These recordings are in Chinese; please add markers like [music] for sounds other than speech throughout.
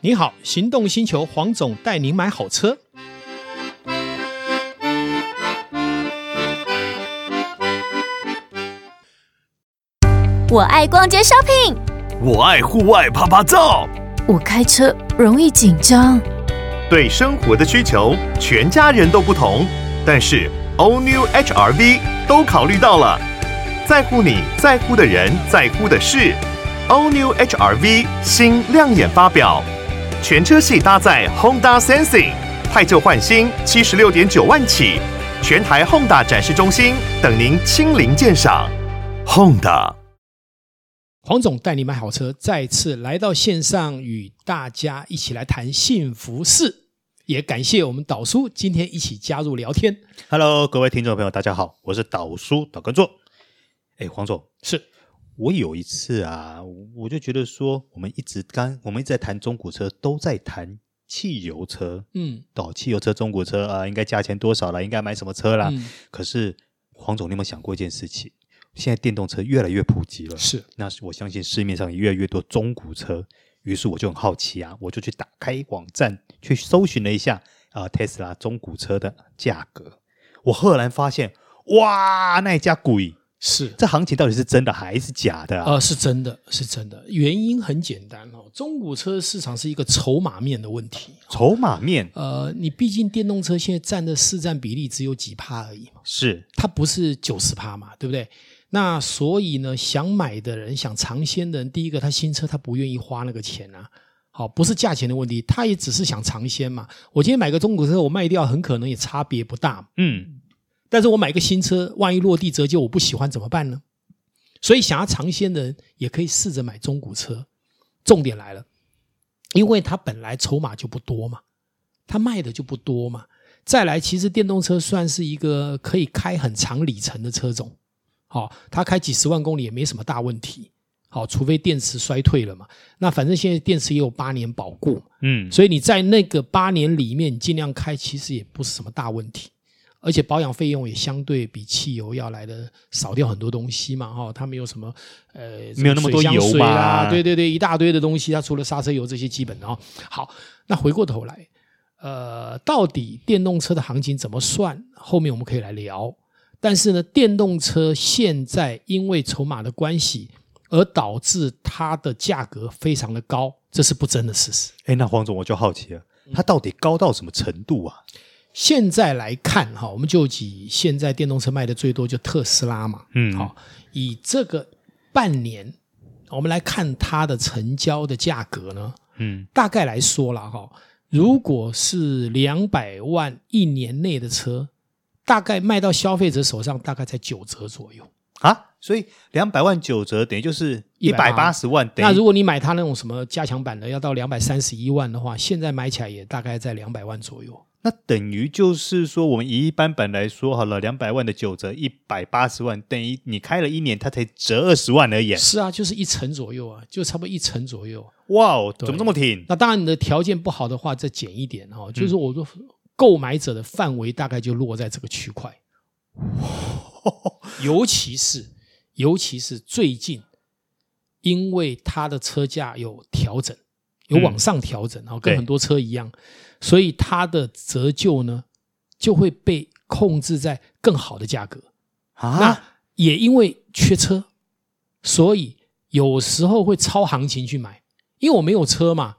你好，行动星球黄总带您买好车。我爱逛街 shopping，我爱户外啪啪照，我开车容易紧张。对生活的需求，全家人都不同，但是 All New HRV 都考虑到了，在乎你在乎的人，在乎的事。All New HRV 新亮眼发表，全车系搭载 Honda Sensing，太旧换新，七十六点九万起，全台 Honda 展示中心等您亲临鉴赏。Honda。黄总带你买好车，再次来到线上与大家一起来谈幸福事，也感谢我们导叔今天一起加入聊天。 Hello，各位听众朋友，大家好，我是导叔导根座。哎，黄总，是我有一次啊，我就觉得说，我们一直刚我们一直在谈中古车，都在谈汽油车，嗯，哦，汽油车、中古车啊、应该价钱多少了，应该买什么车啦？嗯可是黄总，你有没有想过一件事情？现在电动车越来越普及了，是那是我相信市面上也越来越多中古车，于是我就很好奇啊，我就去打开网站去搜寻了一下啊、呃、，Tesla 中古车的价格，我赫然发现，哇，那一家鬼，是，这行情到底是真的还是假的啊？呃，是真的，是真的。原因很简单哦，中古车市场是一个筹码面的问题。筹码面呃，你毕竟电动车现在占的市占比例只有几趴而已嘛，是它不是九十趴嘛，对不对？那所以呢，想买的人、想尝鲜的人，第一个他新车他不愿意花那个钱啊，好，不是价钱的问题，他也只是想尝鲜嘛。我今天买个中古车，我卖掉很可能也差别不大嘛，嗯，但是我买个新车，万一落地折旧我不喜欢怎么办呢？所以想要尝鲜的人也可以试着买中古车。重点来了，因为它本来筹码就不多嘛，它卖的就不多嘛。再来，其实电动车算是一个可以开很长里程的车种，好、它开几十万公里也没什么大问题，好、除非电池衰退了嘛。那反正现在电池也有八年保固嘛，嗯，所以你在那个八年里面，你尽量开，其实也不是什么大问题，而且保养费用也相对比汽油要来的少掉很多东西嘛，哈、它没有什么呃，什没有那么水多箱油水啦，吧对对对，一大堆的东西，它除了刹车油这些基本的哦。好，那回过头来，呃，到底电动车的行情怎么算？后面我们可以来聊。但是呢，电动车现在因为筹码的关系，而导致它的价格非常的高，这是不争的事实。哎，那黄总我就好奇了，它到底高到什么程度啊？现在来看哈，我们就以现在电动车卖的最多就特斯拉嘛，嗯好，以这个半年，我们来看它的成交的价格呢，嗯，大概来说了哈，如果是两百万一年内的车，大概卖到消费者手上大概在九折左右。啊，所以两百万九折等于就是一百八十万，等于那如果你买它那种什么加强版的，要到两百三十一万的话，现在买起来也大概在两百万左右。那等于就是说，我们以一般本来说好了，两百万的九折，一百八十万，等于你开了一年，它才折二十万而已。是啊，就是一成左右啊，就差不多一成左右。啊哇哦，对怎么这么挺？那当然，你的条件不好的话，再减一点哈、哦，就是我说购买者的范围大概就落在这个区块，尤其是尤其是最近，因为它的车价有调整，有往上调整，哈、跟对很多车一样，所以它的折旧呢就会被控制在更好的价格。那啊，也因为缺车，所以有时候会超行情去买，因为我没有车嘛。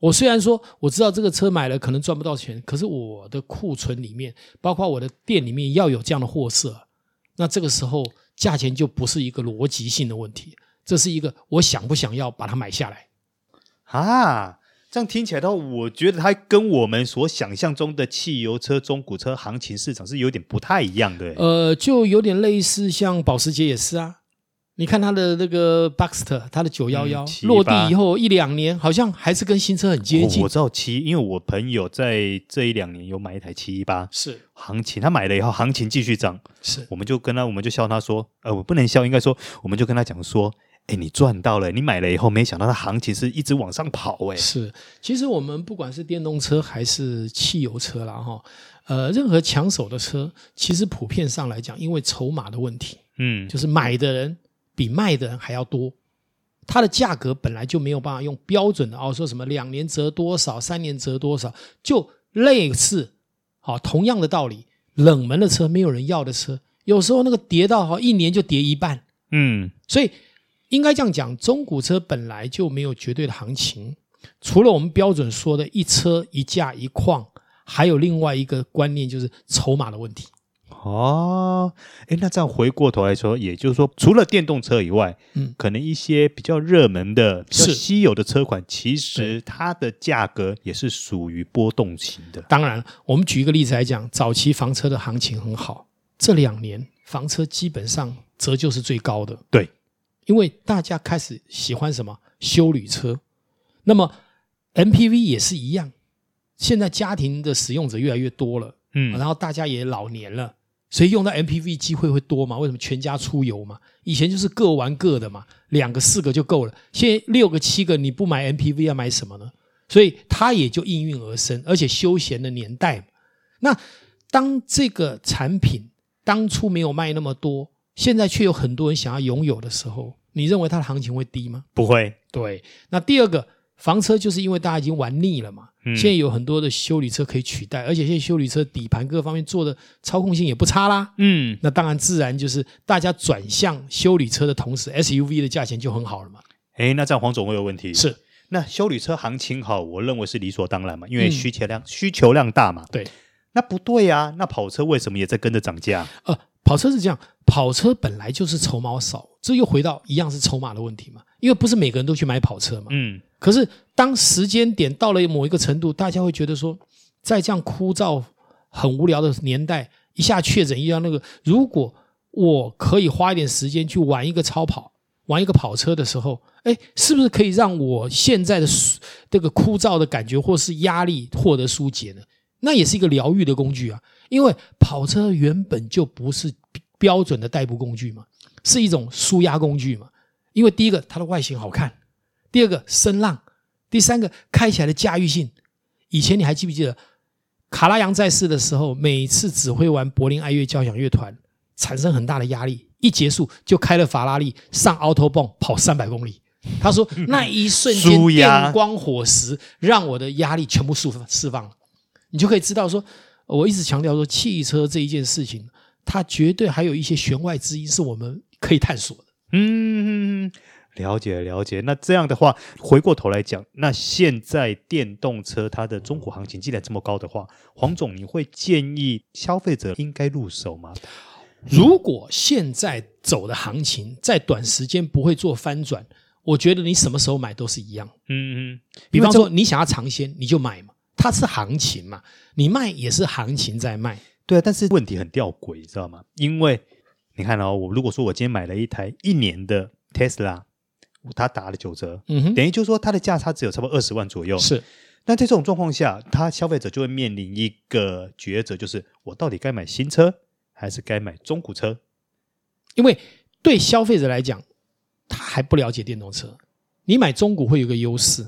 我虽然说我知道这个车买了可能赚不到钱，可是我的库存里面，包括我的店里面要有这样的货色，那这个时候价钱就不是一个逻辑性的问题，这是一个我想不想要把它买下来。啊，这样听起来的话，我觉得它跟我们所想象中的汽油车、中古车行情市场是有点不太一样的。欸呃，就有点类似像保时捷也是啊。你看它的那个 Boxster，它的九幺幺嗯七落地八哦以后一两年，好像还是跟新车很接我近我。知道七，因为我朋友在这一两年有买一台七一八是行情，他买了以后行情继续涨，是我们就跟他，我们就笑他说，呃，我不能笑，应该说，我们就跟他讲说，哎，你赚到了，你买了以后，没想到它行情是一直往上跑、诶哎，是，其实我们不管是电动车还是汽油车啦，哈，呃，任何抢手的车，其实普遍上来讲，因为筹码的问题，嗯，就是买的人比卖的人还要多，它的价格本来就没有办法用标准的哦，说什么两年折多少，三年折多少，就类似好、同样的道理，冷门的车没有人要的车，有时候那个跌到哦好一年就跌一半，嗯，所以应该这样讲，中古车本来就没有绝对的行情，除了我们标准说的一车一价一况，还有另外一个观念就是筹码的问题。哦，哎，那这样回过头来说，也就是说，除了电动车以外，嗯可能一些比较热门的、比较是稀有的车款，其实它的价格也是属于波动型的。当然，我们举一个例子来讲，早期房车的行情很好，这两年房车基本上折旧是最高的，对，因为大家开始喜欢什么修旅车，那么 MPV 也是一样，现在家庭的使用者越来越多了，嗯啊然后大家也老年了。所以用到 MPV 机会会多嘛？为什么全家出游嘛？以前就是各玩各的嘛，两个四个就够了。现在六个七个，你不买 MPV 要买什么呢？所以它也就应运而生，而且休闲的年代嘛。那当这个产品当初没有卖那么多，现在却有很多人想要拥有的时候，你认为它的行情会低吗？不会，对。那第二个，房车就是因为大家已经玩腻了嘛，嗯现在有很多的修理车可以取代，而且现在修理车底盘各方面做的操控性也不差啦。嗯，那当然，自然就是大家转向修理车的同时，SUV 的价钱就很好了嘛。哎，那这样黄总会有问题。是那修理车行情好，我认为是理所当然嘛，因为嗯需求量、需求量大嘛。对，那不对啊，那跑车为什么也在跟着涨价？啊呃，跑车是这样，跑车本来就是筹码少，这又回到一样是筹码的问题嘛，因为不是每个人都去买跑车嘛。嗯，可是当时间点到了某一个程度，大家会觉得说，在这样枯燥、很无聊的年代，一下确诊一样那个，如果我可以花一点时间去玩一个超跑，玩一个跑车的时候，哎，是不是可以让我现在的舒这个枯燥的感觉或是压力获得疏解呢？那也是一个疗愈的工具啊，因为跑车原本就不是标准的代步工具嘛，是一种舒压工具嘛。因为第一个它的外形好看，第二个声浪，第三个开起来的驾驭性。以前你还记不记得卡拉扬在世的时候，每次指挥完柏林爱乐交响乐团，产生很大的压力，一结束就开了法拉利上 autobahn 跑三百公里。他 [laughs] 说那一瞬间舒压电光火石，让我的压力全部释放释放了。你就可以知道说，呃我一直强调说汽车这一件事情，它绝对还有一些弦外之音是我们可以探索的。嗯，了解了解。那这样的话，回过头来讲，那现在电动车它的中古行情既然这么高的话，黄总，你会建议消费者应该入手吗？如果现在走的行情在短时间不会做翻转，我觉得你什么时候买都是一样。嗯嗯，比因为方这说，你想要尝鲜，你就买嘛，它是行情嘛，你卖也是行情在卖。对啊，但是问题很吊诡，你知道吗？因为你看哦，我如果说我今天买了一台一年的 Tesla，它打了九折，嗯哼，等于就是说它的价差只有差不多二十万左右。是那在这种状况下，他消费者就会面临一个抉择，就是我到底该买新车还是该买中古车？因为对消费者来讲，他还不了解电动车，你买中古会有个优势。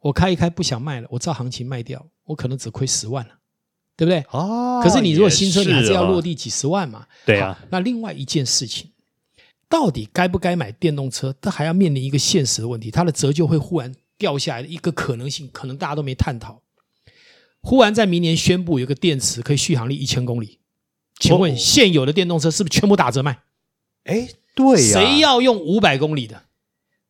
我开一开不想卖了，我照行情卖掉，我可能只亏十万了，对不对？哦可是你如果新车，你还是要落地。地几十万嘛。对啊好。那另外一件事情，到底该不该买电动车？它还要面临一个现实的问题，它的折旧会忽然掉下来的一个可能性，可能大家都没探讨。忽然在明年宣布有个电池可以续航力一千公里，请哦问现有的电动车是不是全部打折卖？哎，对呀、谁？要用五百公里的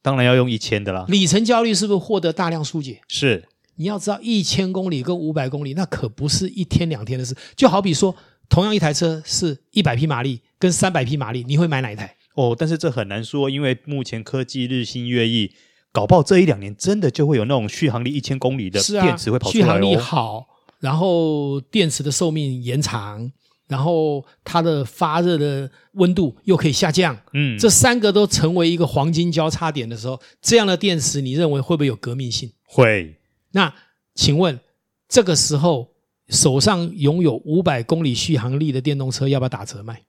当然要用一千的啦。里程焦虑？是不是获得大量疏解？是，你要知道，一千公里跟五百公里那可不是一天两天的事。就好比说，同样一台车是一百匹马力跟三百匹马力，你会买哪一台？哦，但是这很难说，因为目前科技日新月异，搞不好这一两年真的就会有那种续航力一千公里的是啊，电池会跑出续来航力哦。好，然后电池的寿命延长，然后它的发热的温度又可以下降。嗯，这三个都成为一个黄金交叉点的时候，这样的电池你认为会不会有革命性？会那请问这个时候手上拥有五百公里续航力的电动车要不要打折 [laughs] 卖？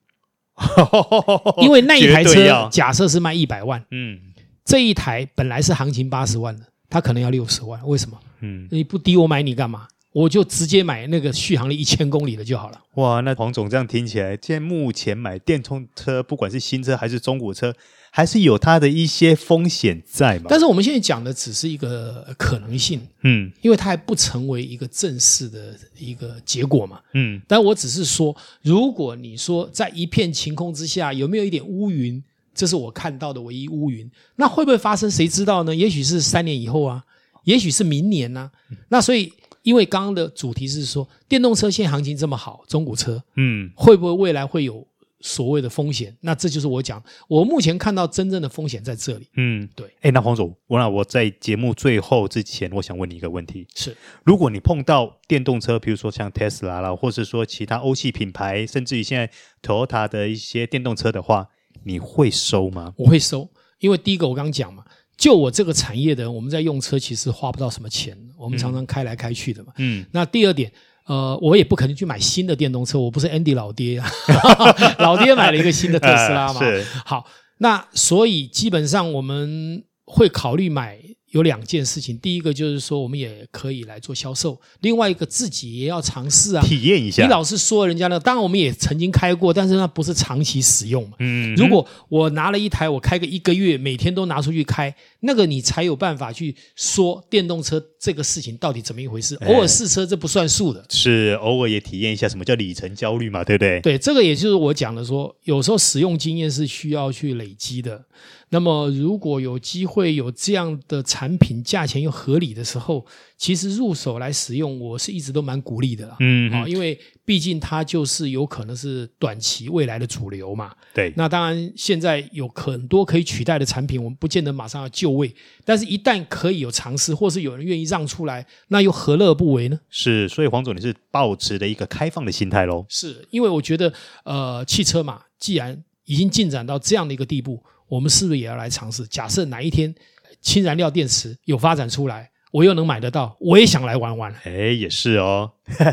因为那一台绝对要车假设是卖一百万，嗯这一台本来是行情八十万的，它可能要六十万，为什么？嗯，你不低我买你干嘛？我就直接买那个续航力一千公里的就好了。哇，那黄总这样听起来，现在目前买电动车，不管是新车还是中古车，还是有它的一些风险在嘛。但是是，我们现在讲的只是一个可能性，嗯因为它还不成为一个正式的一个结果嘛。嗯但我只是说，如果你说在一片晴空之下，有没有一点乌云？这是我看到的唯一乌云。那会不会发生？谁知道呢？也许是三年以后啊，也许是明年呐、那所以，因为刚刚的主题是说，电动车现在行情这么好，中古车嗯会不会未来会有所谓的风险？那这就是我讲，我目前看到真正的风险在这里。嗯，对，哎，那黄总，我那我在节目最后之前，我想问你一个问题：是如果你碰到电动车，比如说像 Tesla 啦，或是说其他欧系品牌，甚至于现在 Toyota 的一些电动车的话，你会收吗？我会收，因为第一个我刚刚讲嘛，就我这个产业的人，我们在用车其实花不到什么钱，我们常常开来开去的嘛。嗯那第二点，呃，我也不可能去买新的电动车，我不是 Andy 老爹啊， [laughs] 老爹买了一个新的特斯拉 [laughs] 嘛。呃是好，那所以基本上我们会考虑买有两件事情，第一个就是说我们也可以来做销售，另外一个自己也要尝试啊。体验一你下。老是说人家那个，当然我们也曾经开过，但是那不是长期使用嘛。嗯，如果我拿了一台，我开个一个月，每天都拿出去开，那个你才有办法去说电动车这个事情到底怎么一回事。哎偶尔试车这不算数的，是偶尔也体验一下什么叫里程焦虑嘛，对不对？对，这个也就是我讲的说，有时候使用经验是需要去累积的。那么如果有机会有这样的产品，价钱又合理的时候，其实入手来使用，我是一直都蛮鼓励的啦。嗯啊、因为毕竟它就是有可能是短期未来的主流嘛。对，那当然，现在有很多可以取代的产品，我们不见得马上要就位，但是一旦可以有尝试，或是有人愿意让出来，那又何乐而不为呢？是，所以黄总你是抱持的一个开放的心态喽。是因为我觉得，呃，汽车嘛，既然已经进展到这样的一个地步，我们是不是也要来尝试？假设哪一天呃氢燃料电池有发展出来，我又能买得到，我也想来玩玩。哎，也是哦，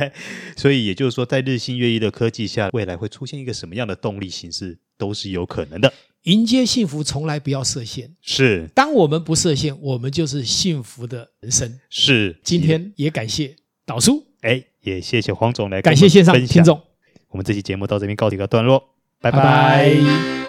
[laughs] 所以也就是说，在日新月异的科技下，未来会出现一个什么样的动力形式，都是有可能的。迎接幸福，从来不要设限。是当我们不设限，我们就是幸福的人生。是，今天也感谢导叔，哎，也谢谢黄总来感跟我谢们线上分听享。众，我们这期节目到这边告一个段落，拜拜拜